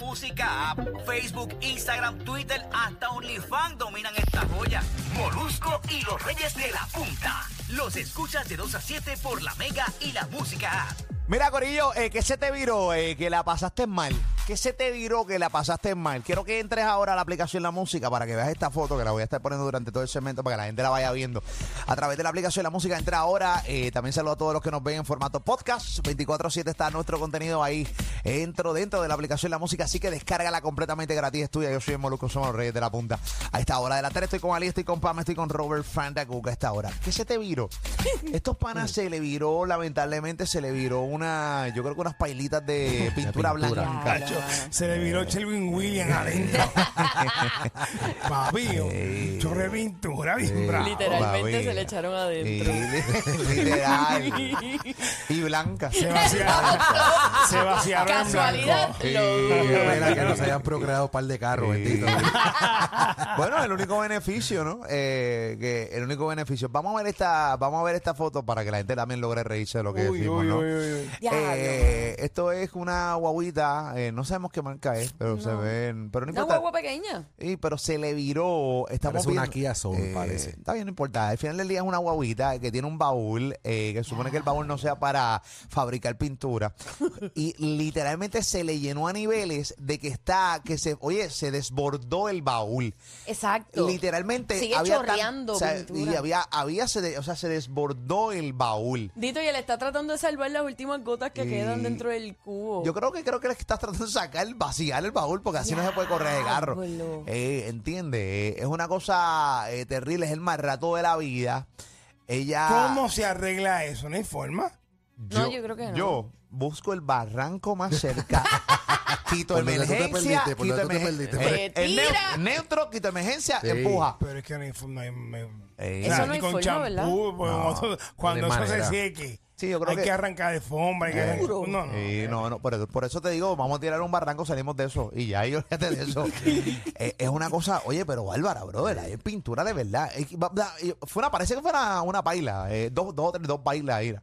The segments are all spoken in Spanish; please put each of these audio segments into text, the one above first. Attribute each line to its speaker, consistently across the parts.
Speaker 1: música, app, Facebook, Instagram, Twitter, hasta OnlyFans dominan esta joya. Molusco y los Reyes de la Punta. Los escuchas de 2 a 7 por la Mega y la Música app.
Speaker 2: Mira, Corillo, eh, ¿qué se te viró? eh, que la pasaste mal. ¿Qué se te viró que la pasaste mal? Quiero que entres ahora a la aplicación La Música para que veas esta foto que la voy a estar poniendo durante todo el segmento para que la gente la vaya viendo. A través de la aplicación La Música, entra ahora. Eh, también saludo a todos los que nos ven en formato podcast. 24-7 está nuestro contenido ahí dentro, dentro de la aplicación La Música. Así que descárgala completamente gratis. Es tuya. Yo soy el Molusco, somos los Reyes de la Punta. A esta hora de la tarde estoy con Ali, estoy con Pam, estoy con Robert Fandacuca a esta hora. ¿Qué se te viró? Estos panas se le viró, lamentablemente, se le viró una, yo creo que unas pailitas de pintura,
Speaker 3: pintura.
Speaker 2: blanca.
Speaker 4: Se le viró Shelvin Williams adentro. Papi, un chorro de pintura bien bravo.
Speaker 2: va a ver.
Speaker 3: Literalmente se le echaron
Speaker 2: Y-
Speaker 3: adentro.
Speaker 2: Literal. Y blanca.
Speaker 4: Se vaciaron. se vaciaron en
Speaker 3: Casualidad.
Speaker 4: blanco.
Speaker 3: Lo...
Speaker 5: Mira que nos hayan procreado un par de carros, bendito.
Speaker 2: Bueno, el único beneficio, ¿no? Eh, que el único beneficio. Vamos a ver esta, vamos a ver esta foto para que la gente también logre reírse de lo que
Speaker 4: Uy,
Speaker 2: decimos,
Speaker 4: uy,
Speaker 2: ¿no?
Speaker 4: uy, uy.
Speaker 2: Eh, esto es una guaguita, eh, no sabemos qué marca es, pero se ven, pero no
Speaker 3: Una
Speaker 2: importa.
Speaker 3: guagua pequeña.
Speaker 2: Y, pero se le viró. Estamos
Speaker 5: Parece una
Speaker 2: viendo- eh,
Speaker 5: Kia Soul, parece.
Speaker 2: Está bien, no importa. Al final del día es una guaguita que tiene un baúl, eh, que supone que el baúl no sea para fabricar pintura. y literalmente se le llenó a niveles de que está, que se, oye, se desbordó el baúl.
Speaker 3: Exacto.
Speaker 2: Literalmente
Speaker 3: Sigue
Speaker 2: había tan-
Speaker 3: chorreando
Speaker 2: o sea,
Speaker 3: pintura.
Speaker 2: y había, había se, de- o sea, se desbordó el baúl.
Speaker 3: Dito, y él está tratando de salvar las últimas gotas que
Speaker 2: Y-
Speaker 3: quedan dentro del cubo.
Speaker 2: Yo creo que creo que le estás tratando de sacar, vaciar el baúl, porque así no se puede correr de carro.
Speaker 3: Diablo.
Speaker 2: Eh, entiende, eh, es una cosa eh, terrible, es el mal rato de la vida. Ella.
Speaker 4: ¿Cómo se arregla eso? ¿No hay forma?
Speaker 3: No, yo creo que no.
Speaker 2: Yo busco el barranco más cerca. quito
Speaker 5: Por donde tú te
Speaker 2: emergencia.
Speaker 5: perdiste, por
Speaker 2: quito
Speaker 5: donde tú te
Speaker 2: emergen-
Speaker 5: perdiste.
Speaker 2: eh, el
Speaker 3: Te
Speaker 2: neu-
Speaker 3: tira.
Speaker 2: neutro, quito emergencia,
Speaker 5: Sí.
Speaker 2: empuja.
Speaker 4: Pero es que no hay forma. no hay- no hay-
Speaker 2: Eh,
Speaker 3: Eso no hay
Speaker 4: con
Speaker 3: forma,
Speaker 4: champú, pues, cuando- cuando
Speaker 5: no hay
Speaker 4: eso se
Speaker 5: manera.
Speaker 4: seque.
Speaker 2: Sí, yo creo
Speaker 4: hay que,
Speaker 2: que-
Speaker 4: arrancar de fombra. Hay que arrancar-
Speaker 3: Seguro.
Speaker 4: No, no.
Speaker 2: Sí, no, no, por eso, por eso te digo, vamos a tirar un barranco, salimos de eso. Y ya, y olvídate de eso. Eh, es una cosa, oye, pero Bárbara, brother, ahí es pintura de verdad. Es que va- da- eh, Fue una, parece que fue una, una paila, eh, dos, dos, o tres, dos bailas ahí.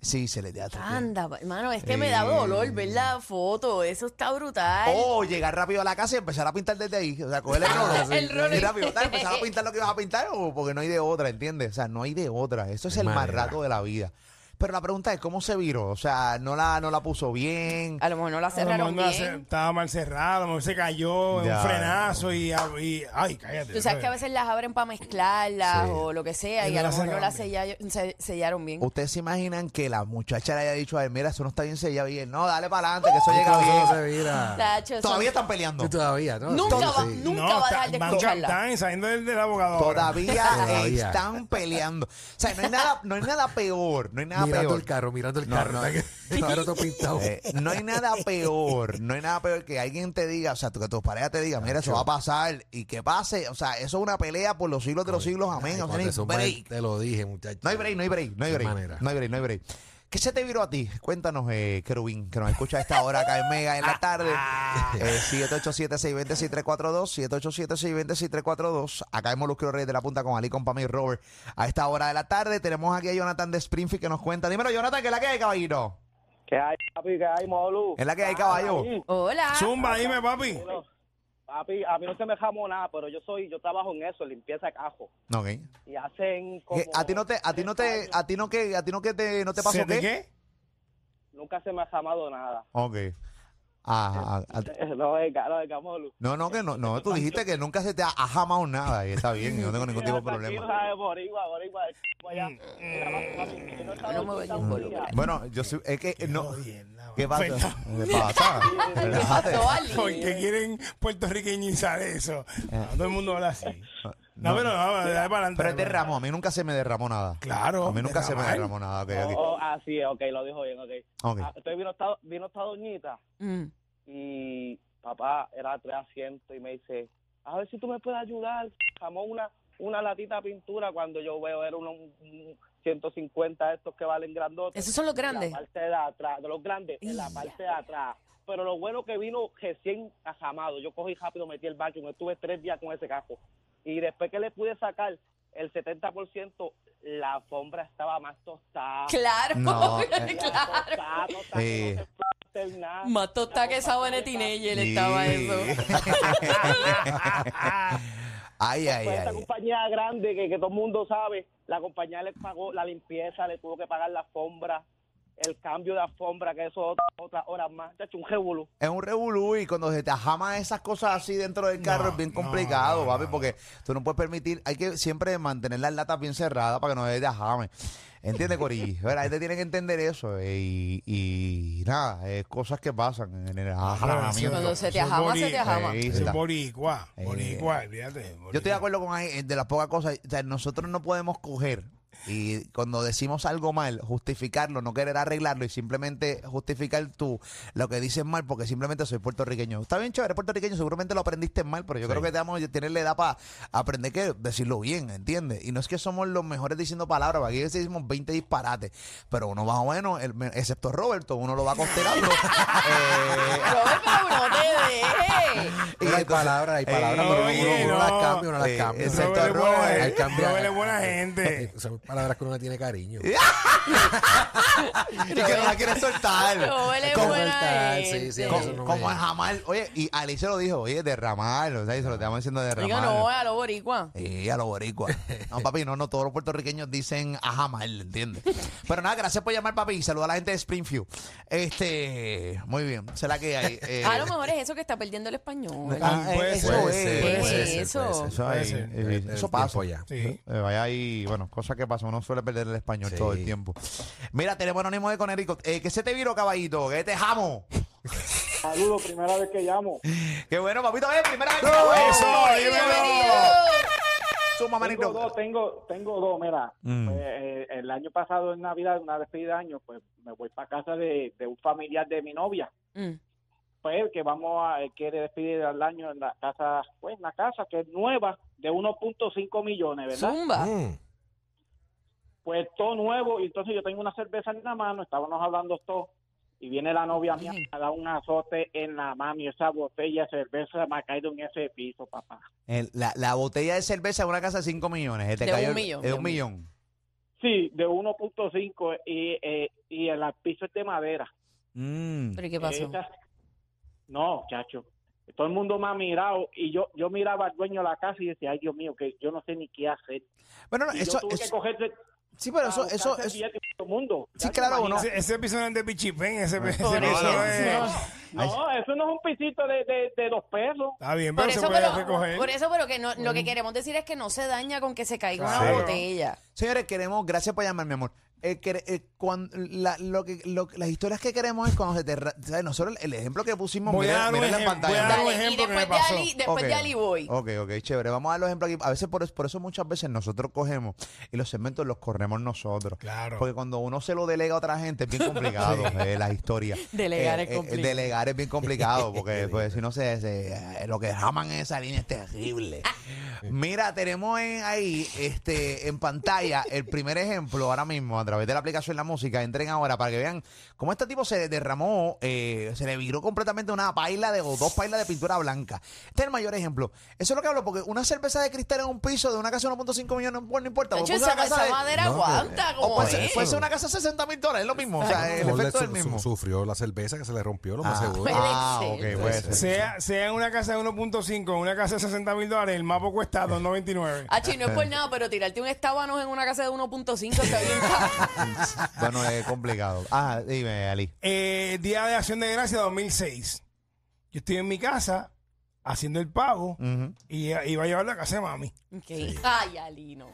Speaker 2: Sí, se le da.
Speaker 3: Anda, pa- hermano, es que me da dolor ver la foto. Eso está brutal.
Speaker 4: Oh.
Speaker 2: O Oh, llegar rápido a la casa y empezar a pintar desde ahí. O sea, coger el rollo.
Speaker 3: El rollo.
Speaker 2: Y rápido, tal, empezar a pintar lo que ibas a pintar o porque no hay de otra, ¿entiendes? O sea, no hay de otra. Eso es
Speaker 5: Hay
Speaker 2: el más
Speaker 5: manera.
Speaker 2: rato de la vida. Pero la pregunta es, ¿cómo se viró? O sea, no la, no la puso bien.
Speaker 3: A lo mejor no la
Speaker 4: A lo mejor
Speaker 3: cerraron
Speaker 4: no la cer-
Speaker 3: bien.
Speaker 4: estaba mal cerrado, a lo mejor se cayó en
Speaker 2: Ya.
Speaker 4: un frenazo y, y- Ay, cállate.
Speaker 3: Tú sabes que a veces las abren para mezclarlas o lo que sea
Speaker 4: Y
Speaker 3: y
Speaker 4: no
Speaker 3: a lo
Speaker 4: la
Speaker 3: mejor no las
Speaker 4: cerraron
Speaker 3: sellaron, se- sellaron bien.
Speaker 2: ¿Ustedes se imaginan que la muchacha le haya dicho a él, mira, eso no está bien sellado bien? No, dale para adelante, que eso llega
Speaker 5: Eso no
Speaker 2: bien.
Speaker 5: se vira.
Speaker 3: Tacho, eso-
Speaker 2: Todavía están peleando.
Speaker 5: Sí, todavía, ¿no?
Speaker 3: Nunca
Speaker 5: Sí,
Speaker 3: va-
Speaker 5: sí.
Speaker 3: nunca- va a dejar de
Speaker 4: van-
Speaker 3: escucharla.
Speaker 4: Están saliendo del, del abogado. ahora.
Speaker 2: Todavía,
Speaker 5: Todavía.
Speaker 2: están peleando. O sea, no hay nada, no hay nada peor, no hay nada
Speaker 5: Mirando
Speaker 2: peor.
Speaker 5: el carro, mirando el
Speaker 2: No,
Speaker 5: carro.
Speaker 2: no.
Speaker 5: ¿verdad que- El carro todo pintado.
Speaker 2: Eh, no hay nada peor, no hay nada peor que alguien te diga, o sea, que tu pareja te diga, mira, eso va a pasar y que pase, o sea, eso es una pelea por los siglos de los siglos, amén. O
Speaker 5: Ay,
Speaker 2: sea,
Speaker 5: cuando
Speaker 2: no hay
Speaker 5: eso va,
Speaker 2: break.
Speaker 5: Te lo dije, muchacho.
Speaker 2: No hay break, no hay break, no hay
Speaker 5: Qué
Speaker 2: break.
Speaker 5: manera.
Speaker 2: No hay break, no hay break. ¿Qué se te viró a ti? Cuéntanos, eh, Kerubín, que nos escucha a esta hora acá en Mega en la tarde. Eh, 787-620-6342, 787-620-6342. Acá en Molusco Reyes de la Punta con Ali, con Pamela y Robert. A esta hora de la tarde tenemos aquí a Jonathan de Springfield que nos cuenta. Dímelo, Jonathan, que es la que hay, caballito.
Speaker 6: ¿Qué hay, papi? ¿Qué hay, Molu?
Speaker 2: Es la que hay, caballo.
Speaker 6: Ahí.
Speaker 3: Hola.
Speaker 4: Zumba, dime, papi.
Speaker 6: Pero, Papi, a mí no se me jamó nada, pero yo soy, yo trabajo en eso, limpieza de cajo.
Speaker 2: Ok.
Speaker 6: Y hacen como...
Speaker 2: Eh, a ti no te, a ti no te, a ti no que, a ti no que te, no te pasó
Speaker 4: ¿Se te
Speaker 2: qué?
Speaker 4: qué?
Speaker 6: Nunca se me ha jamado nada.
Speaker 2: Ok. Ah, a- a-
Speaker 6: No, venga, no, venga, Molu.
Speaker 2: no, no, que no, no, tú dijiste que nunca se te ha ha jamado nada y está bien, yo no tengo ningún tipo de
Speaker 6: Tranquilo,
Speaker 2: problema.
Speaker 6: ¿sabes? Boricua, boricua, el c- allá.
Speaker 4: Mm.
Speaker 6: Mira,
Speaker 2: Eh,
Speaker 6: papi, papi, que no está
Speaker 3: No me
Speaker 6: loco,
Speaker 3: vayas un
Speaker 6: está
Speaker 3: bolo,
Speaker 6: un día.
Speaker 2: Bueno, yo sí- es que eh, no. ¿Qué pasa?
Speaker 4: Oferta.
Speaker 2: ¿Qué pasa? Relájate.
Speaker 3: Pasó, Ali.
Speaker 4: Porque Pues, quieren puertorriqueñizar eso. No, todo el mundo habla así. No, pero no, dale para adelante.
Speaker 2: Eh. Pero es
Speaker 4: dale para
Speaker 2: derramó, a mí nunca se me derramó nada.
Speaker 4: Claro,
Speaker 2: A mí nunca se me
Speaker 4: derramar.
Speaker 2: derramó nada. ok, ok.
Speaker 6: Oh, oh, ah, sí, ok, lo dijo bien, ok.
Speaker 2: Ok.
Speaker 6: Ah, entonces vino esta, vino esta doñita
Speaker 3: Mm.
Speaker 6: y papá era tres asientos y me dice, a ver si tú me puedes ayudar, jamón una, una latita de pintura cuando yo veo era uno, un 150 de estos que valen grandotes.
Speaker 3: Esos son los
Speaker 6: En
Speaker 3: grandes.
Speaker 6: La parte de atrás, de los grandes, en la
Speaker 3: Ya.
Speaker 6: parte de atrás. Pero lo bueno que vino recién ajamado, yo cogí rápido, metí el vacuum, estuve tres días con ese cajo. Y después que le pude sacar el 70%, la alfombra estaba más tostada.
Speaker 3: Claro.
Speaker 2: No, eh.
Speaker 3: claro.
Speaker 6: Tostada, tostada, que no
Speaker 2: Eh.
Speaker 6: se hacer nada.
Speaker 3: Más tostada que esa buena teenager estaba
Speaker 4: Eh.
Speaker 3: eso.
Speaker 2: ay, ay,
Speaker 6: Pues esta
Speaker 2: ay.
Speaker 6: compañía grande que, que todo el mundo sabe, la compañía le pagó la limpieza, le tuvo que pagar la alfombra, el cambio de alfombra, que eso otra- otras horas más. Chacho, un revolú.
Speaker 2: Es un revolú y cuando se te ajaman esas cosas así dentro del carro es bien complicado, papi, porque tú no puedes permitir, hay que siempre mantener las latas bien cerradas para que no se te ajame. ¿Entiendes, Corillo? La gente tiene que entender eso eh, y, y nada, es cosas que pasan en el ajamanamiento.
Speaker 3: Cuando se te
Speaker 4: Eso es
Speaker 3: ajama, se
Speaker 4: bori-
Speaker 3: te ajama.
Speaker 2: Ahí
Speaker 4: eso es
Speaker 2: está.
Speaker 4: boricua,
Speaker 2: Eh,
Speaker 4: boricua, olvídate, boricua.
Speaker 2: Yo estoy de acuerdo con ahí, eh, de las pocas cosas. O sea, nosotros no podemos coger y cuando decimos algo mal, justificarlo, no querer arreglarlo y simplemente justificar tú lo que dices mal porque simplemente soy puertorriqueño. Está bien chévere, puertorriqueño, seguramente lo aprendiste mal, pero yo creo que tenemos que tener la edad para aprender que decirlo bien, ¿entiendes? Y no es que somos los mejores diciendo palabras, porque aquí decimos 20 disparates, pero uno más o menos, el- excepto Roberto, uno lo va costerando. Eh,
Speaker 3: Robert, pero no te dejes.
Speaker 5: Pero hay
Speaker 2: entonces-
Speaker 5: palabras, hay palabras,
Speaker 2: Eh,
Speaker 5: pero uno, uno
Speaker 4: no.
Speaker 5: las cambia, uno las
Speaker 2: Eh,
Speaker 5: cambia.
Speaker 2: exacto,
Speaker 5: Uno
Speaker 4: Robert es buena
Speaker 5: las
Speaker 4: gente,
Speaker 5: cambia.
Speaker 4: Robert es buena gente.
Speaker 5: Eh, Son palabras que uno le tiene cariño.
Speaker 2: y que no la quiere soltar.
Speaker 3: Robert es
Speaker 2: Con-
Speaker 3: buena
Speaker 5: Sí, sí,
Speaker 3: gente.
Speaker 5: sí, eso
Speaker 2: Como,
Speaker 5: no
Speaker 2: como
Speaker 5: me-
Speaker 2: es jamar, oye, y Ali se lo dijo, oye, derramar, o sea, y se lo estamos diciendo derramar.
Speaker 3: Diga no a lo boricua.
Speaker 2: Y a los boricuas. No, papi, no, no, todos los puertorriqueños dicen a jamar, ¿entiendes? Pero nada, gracias por llamar, papi, y saluda a la gente de Springfield. Este, muy bien, será que hay. eh,
Speaker 3: A lo mejor es eso que está perdiendo el español.
Speaker 2: ah, eh,
Speaker 4: Puede
Speaker 2: eso
Speaker 4: ser,
Speaker 2: es.
Speaker 3: puede
Speaker 2: eso
Speaker 3: ser.
Speaker 2: es.
Speaker 3: eso.
Speaker 2: Eso,
Speaker 4: Puede
Speaker 2: hay,
Speaker 4: ser.
Speaker 2: eh,
Speaker 5: El- el
Speaker 2: eso
Speaker 5: tiempo
Speaker 2: pasa.
Speaker 5: ya.
Speaker 4: Sí.
Speaker 2: Eh, vaya ahí, bueno, cosa que pasa, uno suele perder el español
Speaker 5: Sí.
Speaker 2: todo el tiempo. Mira, tenemos anónimo de Conérico. Eh, ¿Qué se te viró, caballito? ¿Qué te jamo?
Speaker 6: Saludos, primera vez que llamo.
Speaker 2: Qué bueno, papito, eh, primera vez.
Speaker 4: Eso, dímelo.
Speaker 2: Suma, manito. Mm.
Speaker 6: Tengo dos, tengo, tengo dos, mira. Pues, eh, el año pasado en Navidad, una despedida de año, pues me voy para casa de, de un familiar de mi novia.
Speaker 3: Mm.
Speaker 6: Pues que vamos a, él quiere despedir al año en la casa, pues en la casa que es nueva, de 1.5 millones, ¿verdad?
Speaker 3: Zumba.
Speaker 5: Mm.
Speaker 6: Pues todo nuevo, y entonces yo tengo una cerveza en la mano, estábamos hablando todo, y viene la novia mía,
Speaker 3: Ay.
Speaker 6: me da un azote en la mano, y esa botella de cerveza me ha caído en ese piso, papá.
Speaker 2: El- la, la botella de cerveza de una casa de 5 millones. eh, te
Speaker 3: De
Speaker 2: cayó
Speaker 3: un
Speaker 2: el-
Speaker 3: millón,
Speaker 2: De,
Speaker 3: de
Speaker 2: un
Speaker 3: un
Speaker 2: millón.
Speaker 6: Sí, de 1.5, y, eh, y el piso es de madera.
Speaker 2: Mm.
Speaker 3: ¿Pero y qué pasó?
Speaker 6: Esa- No, chacho. Todo el mundo me ha mirado y yo yo miraba al dueño de la casa y decía, ay Dios mío, que yo no sé ni qué hacer.
Speaker 2: Bueno, no,
Speaker 6: Y
Speaker 2: eso,
Speaker 6: yo tuve
Speaker 2: eso-
Speaker 6: que cogerse
Speaker 2: sí, pero eso,
Speaker 6: buscar
Speaker 2: eso, eso-
Speaker 6: servilletas y todo el mundo.
Speaker 2: Sí,
Speaker 6: Ya te
Speaker 2: claro,
Speaker 6: imaginas.
Speaker 4: Ese, ese episodio es de Pichipén, ese, ese
Speaker 3: Por
Speaker 4: episodio es...
Speaker 3: eso.
Speaker 6: No, eso no es un pisito de, de, de dos pesos.
Speaker 4: Está bien,
Speaker 3: Por
Speaker 4: pero se
Speaker 3: eso,
Speaker 4: puede
Speaker 3: pero,
Speaker 4: recoger.
Speaker 3: por eso, pero que no, lo que queremos decir es que no se daña con que se caiga una
Speaker 4: Claro.
Speaker 3: botella.
Speaker 2: señores, queremos, gracias por llamar, mi amor. Eh, quere- eh, cuan- la- lo que, lo que- las historias que queremos es cuando se te... ra- ¿sabes? Nosotros el ejemplo que pusimos,
Speaker 4: Voy a
Speaker 2: mira,
Speaker 4: dar un
Speaker 2: mira en la
Speaker 4: ejemplo, voy a
Speaker 2: pantalla.
Speaker 4: dar un
Speaker 3: Dale, y
Speaker 4: ejemplo que me
Speaker 3: después de
Speaker 4: pasó.
Speaker 3: Ali, después de
Speaker 2: Ok.
Speaker 3: Ali voy.
Speaker 2: Ok, ok, chévere. Vamos a dar los ejemplos aquí. A veces por eso, por eso muchas veces nosotros cogemos y los segmentos los corremos nosotros.
Speaker 4: Claro.
Speaker 2: Porque cuando uno se lo delega a otra gente es bien complicado eh, la historia. Eh,
Speaker 3: Delegar es complicado.
Speaker 2: delegar es bien complicado porque pues, si no se, se- eh, lo que jaman en esa línea es terrible. Mira, tenemos en- ahí este en pantalla el primer ejemplo ahora mismo a través de la aplicación La Música. Entren ahora para que vean cómo este tipo se derramó, eh, se le viró completamente una paila de o dos pailas de pintura blanca. Este es el mayor ejemplo. Eso es lo que hablo porque una cerveza de cristal en un piso de una casa de 1.5 millones, bueno, no importa.
Speaker 3: De hecho,
Speaker 2: porque puso
Speaker 3: esa,
Speaker 2: una casa
Speaker 3: esa
Speaker 2: de-
Speaker 3: madera
Speaker 5: No, que-
Speaker 3: aguanta,
Speaker 2: o
Speaker 3: como
Speaker 2: puede, ser,
Speaker 3: es.
Speaker 2: puede ser una casa de 60 mil dólares, es lo mismo. O sea, el
Speaker 5: Como le
Speaker 2: efecto es el
Speaker 5: su-
Speaker 2: mismo.
Speaker 5: su- sufrió la cerveza que se le rompió, lo más
Speaker 2: Ah,
Speaker 5: seguro.
Speaker 2: ah, ok,
Speaker 3: Puede
Speaker 2: puede
Speaker 5: ser.
Speaker 2: ser.
Speaker 4: Sea, sea en una casa de 1.5, en una casa de 60 mil dólares, el mapo cuesta 2.99.
Speaker 3: Achi, Ah, no es por nada, pero tirarte un estábano en una casa de 1.5 está bien.
Speaker 2: Bueno, es complicado. Ah, dime, Ali.
Speaker 4: Eh, Día de Acción de Gracia 2006. Yo estoy en mi casa haciendo el pago
Speaker 2: Ujú.
Speaker 4: y eh, iba a llevarlo a casa de mami.
Speaker 3: Ok. Ay, Ali, no.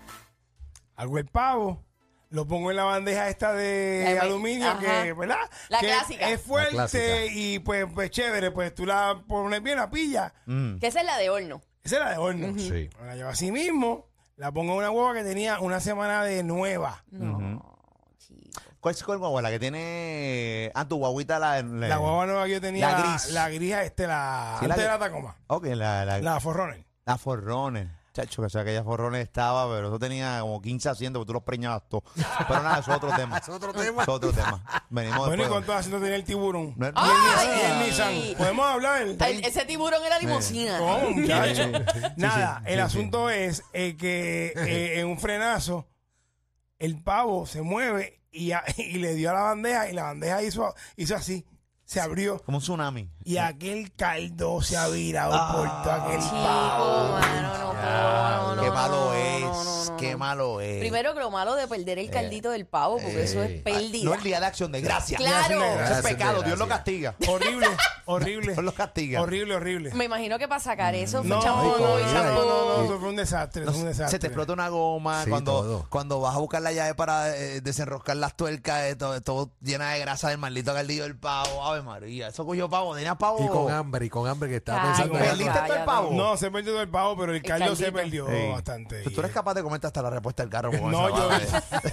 Speaker 4: Hago el pago, lo pongo en la bandeja esta
Speaker 3: La
Speaker 4: de
Speaker 3: de-
Speaker 4: aluminio,
Speaker 3: ajá.
Speaker 4: que, ¿verdad?
Speaker 3: La
Speaker 4: Que
Speaker 3: clásica.
Speaker 4: Es
Speaker 5: La clásica.
Speaker 4: fuerte y pues, pues chévere, pues tú la pones bien, la pilla.
Speaker 2: Mm.
Speaker 3: Que esa es la de horno.
Speaker 4: Esa es la de horno.
Speaker 5: Sí.
Speaker 4: La llevo así mismo, la pongo en una hueva que tenía una semana de nueva.
Speaker 3: No, chico.
Speaker 2: ¿Cuál es cuál guagua? La que tiene. Ah, tu guaguita la.
Speaker 4: La guagua nueva que yo tenía.
Speaker 2: La gris.
Speaker 4: La gris, este, la.
Speaker 2: Sí, la
Speaker 4: antes
Speaker 2: que-
Speaker 4: de la Tacoma.
Speaker 2: Ok, la, la, la,
Speaker 4: La Forrunner.
Speaker 2: Forrones. Chacho, que o sea, aquella Forrones estaba, pero eso tenía como 15 asientos, porque tú los preñabas todos. Pero nada, eso es otro tema. es otro tema. Es otro tema. Venimos
Speaker 4: Bueno, y con
Speaker 2: después.
Speaker 4: todo haciendo tenía el tiburón.
Speaker 2: No,
Speaker 4: Y el,
Speaker 3: ¡Ay!
Speaker 4: Nissan, y el Nissan. Podemos hablar.
Speaker 3: Ay, ese tiburón era limosina.
Speaker 4: ¿Cómo, muchacho? Nada,
Speaker 2: sí,
Speaker 4: el
Speaker 2: sí,
Speaker 4: asunto es eh, que eh, en un frenazo el pavo se mueve y, a- y le dio a la bandeja y la bandeja hizo, hizo así. se abrió
Speaker 2: Como un tsunami.
Speaker 4: y aquel caldo se ha virado por todo aquel
Speaker 3: Chico,
Speaker 4: pavo.
Speaker 3: mano, no, no, no,
Speaker 2: qué
Speaker 3: Ah, no,
Speaker 2: malo
Speaker 3: no,
Speaker 2: es,
Speaker 3: no, no, no,
Speaker 2: qué
Speaker 3: no.
Speaker 2: malo es.
Speaker 3: Primero que lo malo de perder el caldito del pavo, porque eso es
Speaker 5: eh,
Speaker 2: No
Speaker 3: pérdida.
Speaker 2: el día de acción de gracias.
Speaker 3: Claro.
Speaker 2: Eso es
Speaker 5: Gracias,
Speaker 2: pecado,
Speaker 5: gracias.
Speaker 2: Dios lo castiga.
Speaker 4: Horrible, horrible.
Speaker 2: Dios lo castiga.
Speaker 4: Horrible, horrible.
Speaker 3: Me imagino que para sacar eso fue
Speaker 4: No,
Speaker 3: champú
Speaker 4: no,
Speaker 3: y
Speaker 4: no, no,
Speaker 3: champú.
Speaker 4: no, no, eso fue un desastre, eso fue un desastre.
Speaker 2: Se te explota una goma
Speaker 5: Sí,
Speaker 2: cuando,
Speaker 5: todo.
Speaker 2: cuando vas a buscar la llave para eh, desenroscar las tuercas, eh, todo, todo llena de grasa del maldito caldillo del pavo. Ave María, eso cogió pavo, tenía pavo.
Speaker 5: Y con hambre, y con hambre que estaba
Speaker 3: Ay,
Speaker 5: pensando.
Speaker 2: ¿Perdiste
Speaker 5: en-
Speaker 2: todo el
Speaker 3: cállate.
Speaker 2: pavo?
Speaker 4: No, se perdió todo el pavo, pero el,
Speaker 3: El
Speaker 4: caldo se
Speaker 3: caldito.
Speaker 4: perdió
Speaker 2: Ey.
Speaker 4: bastante.
Speaker 2: Tú eres capaz de comerte hasta la respuesta del carro. con
Speaker 4: No,
Speaker 2: esa ¿eh?
Speaker 4: yo-
Speaker 2: madre.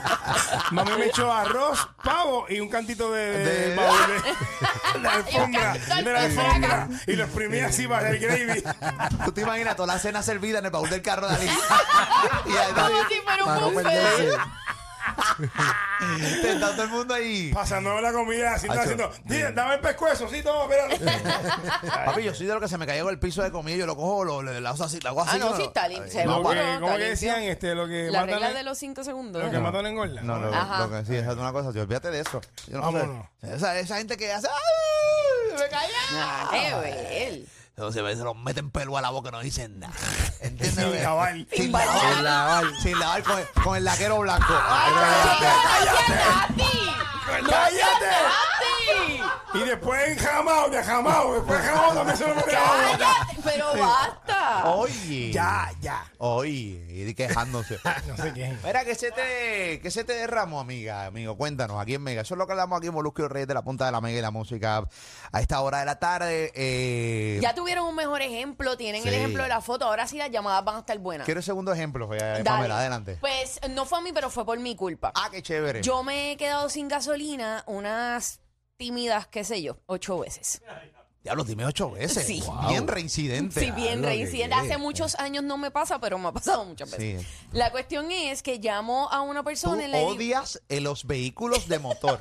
Speaker 4: Mami me echó arroz, pavo y un cantito de, de,
Speaker 2: De-
Speaker 4: pavo de- de la alfombra,
Speaker 3: cantito de
Speaker 4: de la
Speaker 3: alfombra.
Speaker 4: alfombra y lo exprimí así para el gravy.
Speaker 2: Tú te imaginas toda la cena servida en el baúl del carro de Ali. y ahí
Speaker 3: Como
Speaker 2: nadie-
Speaker 3: si fuera
Speaker 5: Para no
Speaker 3: un buffet.
Speaker 5: perderse.
Speaker 2: está todo el mundo ahí.
Speaker 4: Pasándome la comida así, estaba
Speaker 2: Hacho.
Speaker 4: haciendo, "Dile, dame el pescuezo, sí, toma, espérate.
Speaker 2: Papi, yo soy de lo que se me cayó el piso de comida, yo lo cojo, lo, lo, lo hago así, lo hago así.
Speaker 3: Ah, no, sí, está
Speaker 2: Ay,
Speaker 3: limpio.
Speaker 4: Lo
Speaker 3: Vamos,
Speaker 4: que-
Speaker 3: no,
Speaker 4: ¿Cómo
Speaker 3: está
Speaker 4: que
Speaker 3: limpio.
Speaker 4: decían? Este, lo que
Speaker 3: La
Speaker 4: matan
Speaker 3: regla
Speaker 4: es-
Speaker 3: de los 5 segundos.
Speaker 4: lo que
Speaker 3: ¿no?
Speaker 4: matan engorda.
Speaker 2: No, lo,
Speaker 3: Ajá.
Speaker 2: lo que sí, esa es una cosa. Yo, olvídate de eso. Yo no sé.
Speaker 4: Vámonos.
Speaker 2: Esa, esa gente que hace. ¡Ay! ¡Me cayó!
Speaker 3: Ah, qué bel.
Speaker 2: Entonces a veces los meten pelo a la boca y no dicen nada. ¿Entiendes?
Speaker 4: Sin lavar.
Speaker 2: Sin lavar. Sin lavar. Sin lavar con, el- con el laquero blanco.
Speaker 3: ¡Cállate!
Speaker 4: ¡Cállate!
Speaker 3: ¡Cállate!
Speaker 4: Y después en jamao, de jamao, después en jamao también se lo meten a la boca.
Speaker 3: ¡Cállate! Pero basta.
Speaker 2: Oh. Oye.
Speaker 4: Ya, ya.
Speaker 2: Oye. Y di quejándose.
Speaker 4: No sé qué.
Speaker 2: Mira, que se te, que se te derramó, amiga, amigo. Cuéntanos, aquí en Mega. Eso es lo que hablamos aquí en Molusco y Reyes de la Punta de la Mega y la Música. A esta hora de la tarde. Eh,
Speaker 3: Ya tuvieron un mejor ejemplo, tienen el
Speaker 2: Sí.
Speaker 3: ejemplo de la foto, ahora sí las llamadas van a estar buenas.
Speaker 2: Quiero el segundo ejemplo, eh,
Speaker 3: Dale.
Speaker 2: Pamela, adelante.
Speaker 3: Pues no fue a mí, pero fue por mi culpa.
Speaker 2: Ah, qué chévere.
Speaker 3: Yo me he quedado sin gasolina unas tímidas, qué sé yo, ocho veces.
Speaker 2: Ya lo dime ocho veces.
Speaker 3: Sí.
Speaker 2: Bien reincidente.
Speaker 3: Si bien
Speaker 5: lo que
Speaker 3: reincidente,
Speaker 5: es.
Speaker 3: hace muchos años no me pasa, pero me ha pasado muchas veces. La cuestión es que llamo a una
Speaker 2: Tú
Speaker 3: persona y le digo,
Speaker 2: odias eh, los vehículos de motor.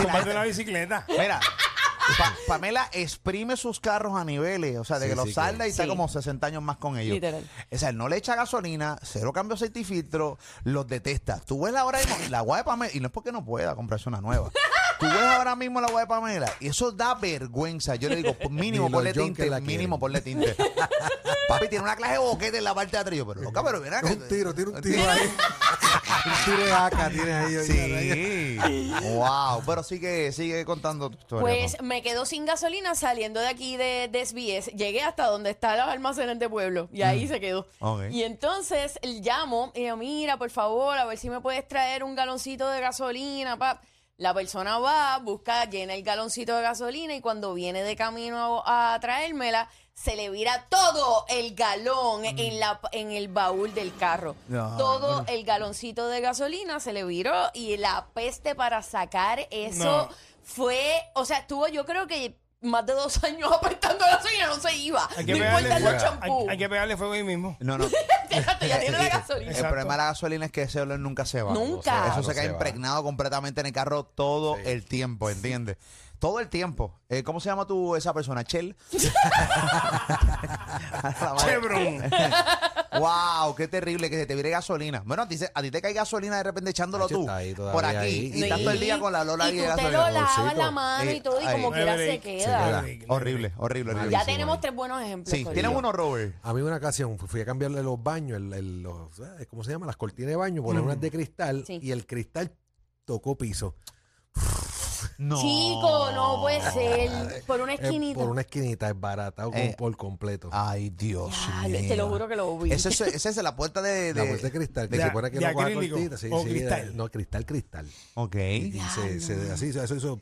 Speaker 4: Comparte una bicicleta.
Speaker 2: Mira, Pa- Pamela exprime sus carros a niveles, o sea, de
Speaker 5: Sí,
Speaker 2: que los
Speaker 5: sí,
Speaker 2: salda y está
Speaker 3: Sí.
Speaker 2: como 60 años más con ellos.
Speaker 3: Literal.
Speaker 2: O sea, no le echa gasolina, cero cambio aceite y filtro, los detesta. Tú ves la hora de la agua de Pamela, y no es porque no pueda comprarse una nueva. Tú ves ahora mismo la agua de Pamela y eso da vergüenza. Yo le digo, pues, mínimo
Speaker 5: Ni los
Speaker 2: ponle
Speaker 5: yonkers
Speaker 2: tinte,
Speaker 5: la quieren.
Speaker 2: mínimo ponle tinte. Papi tiene una clase de boquete en la parte de atrás. Yo, pero loca, pero ven acá.
Speaker 5: Un tiro, tira un tiro ahí. un tiro de acá tienes ahí. oye, ahí.
Speaker 2: Sí. wow, pero sigue, sigue contando tu historia.
Speaker 3: pues
Speaker 2: ¿no?
Speaker 3: me quedo sin gasolina saliendo de aquí de, de SBS. Llegué hasta donde están los almacenes de pueblo y ahí se quedó.
Speaker 2: Mm. Ok.
Speaker 3: Y entonces el llamo y digo, mira, por favor, a ver si me puedes traer un galoncito de gasolina, pap. La persona va, busca, llena el galoncito de gasolina y cuando viene de camino a, a traérmela, se le vira todo el galón
Speaker 2: Mm.
Speaker 3: en, la, en el baúl del carro.
Speaker 2: No,
Speaker 3: todo el galoncito de gasolina se le viró y la peste para sacar eso
Speaker 4: No.
Speaker 3: fue, o sea, estuvo yo creo que más de dos años apretando gasolina, no se iba.
Speaker 4: Hay
Speaker 3: No
Speaker 4: que,
Speaker 3: importa
Speaker 4: pegarle,
Speaker 3: los
Speaker 4: fuego. Hay,
Speaker 3: champú.
Speaker 4: hay que pegarle fuego ahí mismo.
Speaker 2: No, no.
Speaker 3: Exacto, ya tiene la gasolina.
Speaker 2: El problema de la gasolina es que ese olor nunca se va.
Speaker 3: Nunca.
Speaker 2: O sea, eso
Speaker 5: Ah, No
Speaker 2: se
Speaker 5: se
Speaker 2: queda
Speaker 5: va.
Speaker 2: impregnado completamente en el carro todo el tiempo, ¿entiendes? Todo el tiempo. Eh, ¿Cómo se llama tú esa persona? Chel. La madre.
Speaker 4: Chevron.
Speaker 2: wow, qué terrible que se te vire gasolina. Bueno, a ti, se- a ti te cae gasolina de repente echándolo
Speaker 5: Nacho,
Speaker 2: tú.
Speaker 5: está ahí todavía
Speaker 2: por aquí.
Speaker 5: ahí. Oh,
Speaker 2: Y estás todo el día con la Lola ahí
Speaker 3: y
Speaker 2: de
Speaker 3: tú te
Speaker 2: gasolina.
Speaker 3: lo lavas la
Speaker 5: Olorcito.
Speaker 3: mano y
Speaker 2: Eh,
Speaker 3: todo, y como
Speaker 2: ay.
Speaker 3: quiera se
Speaker 4: Ay,
Speaker 3: queda.
Speaker 5: queda.
Speaker 2: Horrible, horrible, horrible.
Speaker 3: Ya
Speaker 5: Malísimo,
Speaker 3: tenemos
Speaker 5: eh.
Speaker 3: tres buenos ejemplos.
Speaker 2: Sí, tienes
Speaker 3: Corillo.
Speaker 2: uno, Robert.
Speaker 5: A mí una ocasión fui a cambiarle los baños, el, el- los, eh, ¿cómo se llama? Las cortinas de baño, poner unas de cristal
Speaker 3: Sí.
Speaker 5: y el cristal tocó piso.
Speaker 2: No.
Speaker 3: Chico, no puede ser. Por una
Speaker 5: Eh,
Speaker 3: esquinita.
Speaker 5: por una esquinita, es barata
Speaker 2: Eh,
Speaker 5: por completo.
Speaker 2: Ay, Dios.
Speaker 3: Ya, lo- te lo juro que lo vi.
Speaker 2: Esa es, esa es la puerta de.
Speaker 5: la
Speaker 2: de-
Speaker 5: puerta de cristal, que
Speaker 4: de-
Speaker 5: se supone que
Speaker 4: de
Speaker 5: no coja
Speaker 4: acrílico
Speaker 5: cortita. Sí,
Speaker 4: o
Speaker 5: sí,
Speaker 4: cristal.
Speaker 5: de- no, cristal, cristal.
Speaker 2: Ok.
Speaker 5: Y se, se- así, eso hizo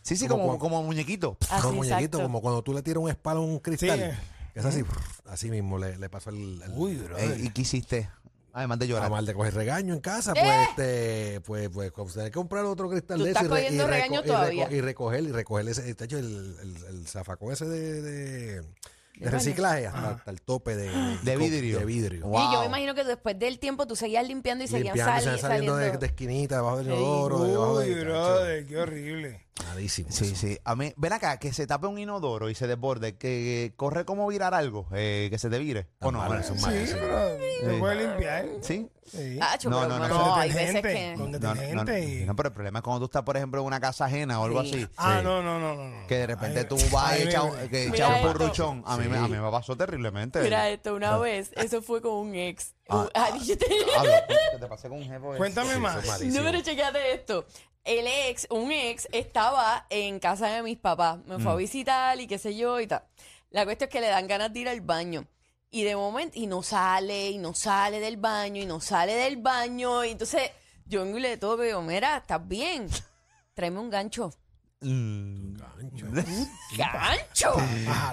Speaker 2: Sí, sí, como,
Speaker 5: Como cuando-
Speaker 2: como muñequito.
Speaker 3: Así,
Speaker 5: como muñequito,
Speaker 3: exacto.
Speaker 5: como cuando tú le tiras un espalo a un cristal.
Speaker 4: Sí, eh.
Speaker 5: que Es así, así mismo le, le pasó el, el-
Speaker 4: Uy, bro.
Speaker 2: Ey, ¿Y qué hiciste? Además de
Speaker 3: Ah.
Speaker 2: llorar.
Speaker 5: Además de coger regaño en casa, pues, este, pues, pues, como tener que comprar otro cristal
Speaker 3: Tú
Speaker 5: de
Speaker 3: estás
Speaker 5: eso y, re- y,
Speaker 3: cogiendo regaño
Speaker 5: reco- y,
Speaker 3: todavía.
Speaker 5: reco- y recoger, y recoger ese, de hecho, el, el, el zafacón ese de, de, de reciclaje hasta, hasta el tope de,
Speaker 2: Ah.
Speaker 3: Ah.
Speaker 2: De vidrio.
Speaker 5: de vidrio.
Speaker 3: Y yo
Speaker 2: Wow.
Speaker 3: me imagino que después del tiempo tú seguías limpiando y seguías
Speaker 5: Limpiando,
Speaker 3: sali-
Speaker 5: saliendo
Speaker 3: saliendo.
Speaker 5: de, de esquinita, debajo del inodoro, debajo
Speaker 4: Uy,
Speaker 5: de.
Speaker 4: brother, qué horrible.
Speaker 5: chacho, malísimo
Speaker 2: Sí,
Speaker 5: eso.
Speaker 2: sí. A mí, ven acá, que se tape un inodoro y se desborde, que corre como virar algo, eh, que se te vire. ¿O no?
Speaker 5: Ah,
Speaker 2: Bueno,
Speaker 5: eso es
Speaker 4: Sí,
Speaker 5: malo, sí.
Speaker 4: pero se puede limpiar.
Speaker 2: ¿Sí?
Speaker 4: Sí.
Speaker 3: Tacho,
Speaker 2: No,
Speaker 3: pero
Speaker 2: no, no,
Speaker 3: bueno,
Speaker 4: con
Speaker 3: hay veces
Speaker 4: detergente,
Speaker 3: que.
Speaker 4: Con
Speaker 2: No, no, no,
Speaker 4: detergente y...
Speaker 2: no, pero el problema es cuando tú estás, por ejemplo, en una casa ajena o algo
Speaker 3: Sí.
Speaker 2: así.
Speaker 4: Ah,
Speaker 2: Sí.
Speaker 4: no, no, no, no, no.
Speaker 2: Que de repente
Speaker 4: Ay,
Speaker 2: tú vas y
Speaker 4: ay,
Speaker 2: echas
Speaker 4: ay,
Speaker 2: un- que
Speaker 3: Mira
Speaker 2: echas un
Speaker 3: esto.
Speaker 2: burruchón. A mí, me- a mí me pasó terriblemente. Ah,
Speaker 3: Mira esto, una vez, eso fue con un ex. Un- ah, yo te-
Speaker 2: A ver, que te pasé con un jefe.
Speaker 4: Cuéntame
Speaker 5: Sí,
Speaker 4: más.
Speaker 5: eso es
Speaker 3: No,
Speaker 5: malísimo.
Speaker 3: pero chequéate esto. El ex, un ex, estaba en casa de mis papás. Me fue a visitar y qué sé yo y tal. La cuestión es que le dan ganas de ir al baño. Y de momento, y no sale, y no sale del baño, y no sale del baño. Y entonces, yo vengo y le toco y digo, mira, ¿estás bien? Tráeme un gancho. ¡Gancho!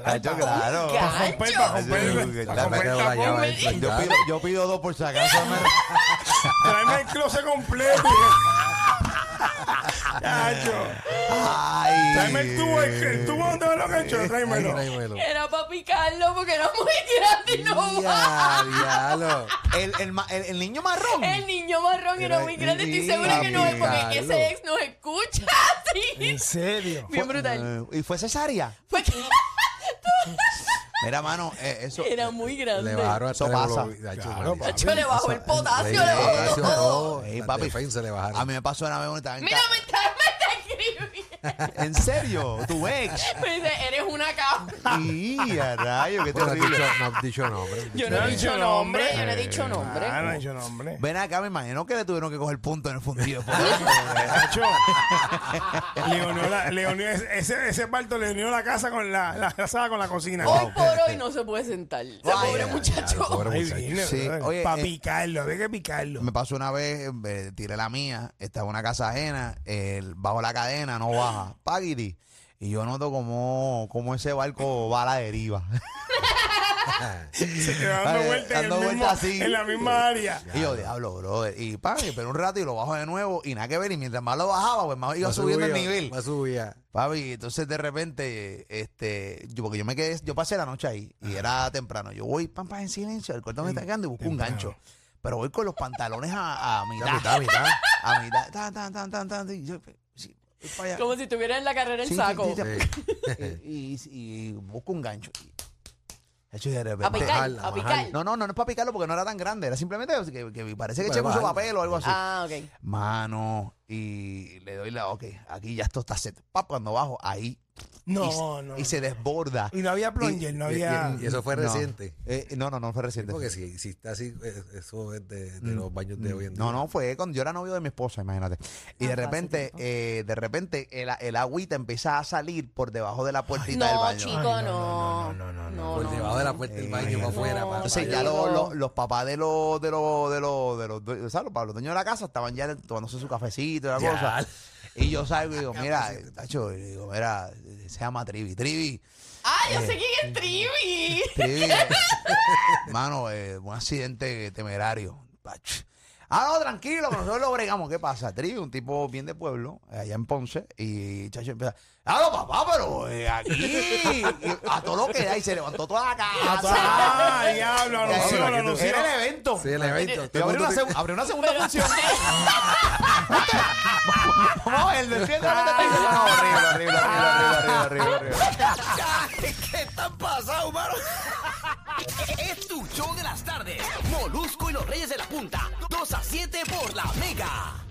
Speaker 2: Cacho, claro.
Speaker 3: Gancho.
Speaker 4: Para romper, para romper, para
Speaker 2: Ya me
Speaker 4: romper
Speaker 5: quedo
Speaker 4: el
Speaker 5: la llave
Speaker 4: tapón.
Speaker 5: dentro.
Speaker 2: Yo pido, yo pido dos por si acaso. me-
Speaker 4: Tráeme el closet completo. Chacho.
Speaker 2: Ay.
Speaker 4: Tráeme el tubo, el, el tubo donde me lo han hecho,
Speaker 5: Ay,
Speaker 4: tráemelo.
Speaker 5: tráemelo.
Speaker 3: Era para picarlo porque era muy grande y no
Speaker 5: Ya, diablo.
Speaker 2: El, el, ma- el- el niño marrón.
Speaker 3: El niño marrón era
Speaker 5: Era-
Speaker 3: muy grande, estoy
Speaker 5: sí,
Speaker 3: segura que no es porque
Speaker 5: Carlos.
Speaker 3: ese ex nos escucha. Sí.
Speaker 4: En serio.
Speaker 3: Bien brutal.
Speaker 2: Eh, y fue cesárea.
Speaker 3: Fue que
Speaker 2: Mira, mano, eh, eso.
Speaker 3: era muy grande.
Speaker 5: Le bajaron hasta
Speaker 2: Eso pasa.
Speaker 4: Claro, papi.
Speaker 3: Yo le bajo el potasio, le
Speaker 2: eh,
Speaker 3: bajo todo.
Speaker 2: Ey,
Speaker 5: papi.
Speaker 2: papi.
Speaker 5: le bajaron.
Speaker 2: A mí me pasó una vez una estaba en
Speaker 3: Mira,
Speaker 2: ca-
Speaker 3: me está, me está escribiendo.
Speaker 2: ¿En serio? ¿Tu ex?
Speaker 3: Me dice, eres una cabra.
Speaker 2: Y a rayo, qué
Speaker 5: Bueno, no has
Speaker 2: terrible.
Speaker 5: dicho- no has dicho nombre.
Speaker 3: Yo no he
Speaker 4: dicho
Speaker 3: dicho nombre,
Speaker 4: nombre.
Speaker 3: yo no he dicho nombre.
Speaker 4: Ah, no he hecho nombre.
Speaker 2: Ven acá, me imagino que le tuvieron que coger punto en el fundido. por eso.
Speaker 4: Chacho. Leonora, Leonora, ese, ese parto le unió la casa con la, la, la sala con la cocina.
Speaker 3: Hoy por hoy no se puede sentar. Ese
Speaker 2: Vaya,
Speaker 3: pobre
Speaker 5: Claro,
Speaker 3: muchacho.
Speaker 5: pobre
Speaker 4: Ay,
Speaker 5: muchacho.
Speaker 4: viene,
Speaker 2: Sí, oye,
Speaker 4: para
Speaker 2: eh,
Speaker 4: picarlo, había que picarlo.
Speaker 2: Me pasó una vez, eh, tiré la mía, estaba en una casa ajena, el- bajo la cadena, no baja. Paguiti. Y yo noto como, como ese barco va a la deriva.
Speaker 4: Se quedó dando
Speaker 2: Ay,
Speaker 4: vueltas en, el
Speaker 2: dando
Speaker 4: mismo-
Speaker 2: vueltas así.
Speaker 4: en la misma área.
Speaker 2: Y yo, diablo, bro. Y pa, y esperé un rato y lo bajo de nuevo. Y nada que ver. Y mientras más lo bajaba, pues más iba
Speaker 5: Más
Speaker 2: subiendo el
Speaker 5: subía,
Speaker 2: nivel.
Speaker 5: más subía.
Speaker 2: Papi, entonces de repente, este, yo, porque yo me quedé, yo pasé la noche ahí y era temprano. Yo voy, pam, pam, en silencio, el cordón me está quedando y busco un gancho. Pero voy con los pantalones a, a
Speaker 5: Ya,
Speaker 2: mitad.
Speaker 5: mitad, mitad.
Speaker 2: A mitad. Tan, tan, tan, tan, tan. Y yo, sí, voy para allá.
Speaker 3: Como si tuviera en la carrera el
Speaker 2: Sí, sí,
Speaker 3: saco.
Speaker 2: sí,
Speaker 5: Sí.
Speaker 2: Y, y- y busco un gancho. Hecho de repente.
Speaker 3: A picar,
Speaker 5: Bajarla,
Speaker 3: a picar.
Speaker 2: No, no, no, no es para picarlo porque no era tan grande. Era simplemente que, que parece que
Speaker 5: Para
Speaker 2: eché mucho
Speaker 5: bajarla.
Speaker 2: papel o algo así.
Speaker 3: Ah, ok.
Speaker 2: Mano, y le doy la, ok, aquí ya esto está set. Pap, cuando bajo, ahí. y,
Speaker 4: No,
Speaker 2: se-
Speaker 4: no.
Speaker 2: Y se desborda.
Speaker 4: Y no había plunger, no
Speaker 2: y-
Speaker 4: había.
Speaker 5: Y eso fue
Speaker 2: No.
Speaker 5: reciente.
Speaker 2: Eh, no, no, no fue reciente.
Speaker 5: Porque si, si está así, eh, eso es de, de los baños de hoy en día.
Speaker 2: Mm, No, no, fue cuando yo era novio de mi esposa, imagínate. Y
Speaker 3: Ah,
Speaker 2: de
Speaker 3: fue hace
Speaker 2: repente,
Speaker 3: tiempo.
Speaker 2: eh, de repente, el, el agüita empieza a salir por debajo de la puertita del
Speaker 3: No,
Speaker 2: baño.
Speaker 3: chico,
Speaker 4: Ay, no,
Speaker 3: no.
Speaker 4: no, no, no, no,
Speaker 5: Por debajo de la puerta del baño, para afuera.
Speaker 3: No.
Speaker 5: para-
Speaker 2: Eh, Entonces
Speaker 5: para
Speaker 2: ya
Speaker 5: allá.
Speaker 2: los,
Speaker 3: Pero-
Speaker 2: los, los papás de los de los de los de los, due- ¿sabes? Los- los dueños de la casa estaban ya tomándose su cafecito y la
Speaker 5: Ya.
Speaker 2: cosa. Y yo salgo y digo, mira, tacho, y digo, mira, se llama Trivi, Trivi,
Speaker 3: Ah, yo sé quién es Trivi.
Speaker 2: Trivi. Mano, eh, un accidente temerario. Pach. Ah, no, tranquilo, que nosotros lo bregamos. ¿Qué pasa? Trivi, un tipo bien de pueblo, eh, allá en Ponce, y chacho empieza, ah, no, papá, pero eh, aquí, y a todo lo que da, y se levantó toda la casa.
Speaker 4: ¡Ah, diablo!
Speaker 2: Eh,
Speaker 4: Anunció, lo anunció.
Speaker 2: Era el evento.
Speaker 5: Sí, el evento.
Speaker 2: Y
Speaker 5: todo el
Speaker 2: abrió
Speaker 5: mundo
Speaker 2: una,
Speaker 5: te-
Speaker 2: seg- abrió una segunda función. Vamos a ver, despierta. Horrible, horrible, horrible, horrible, horrible.
Speaker 1: ¿Qué están pasando, mano? Es tu show de las tardes. Molusco y los Reyes de la Punta. 2 a 7 por la Mega.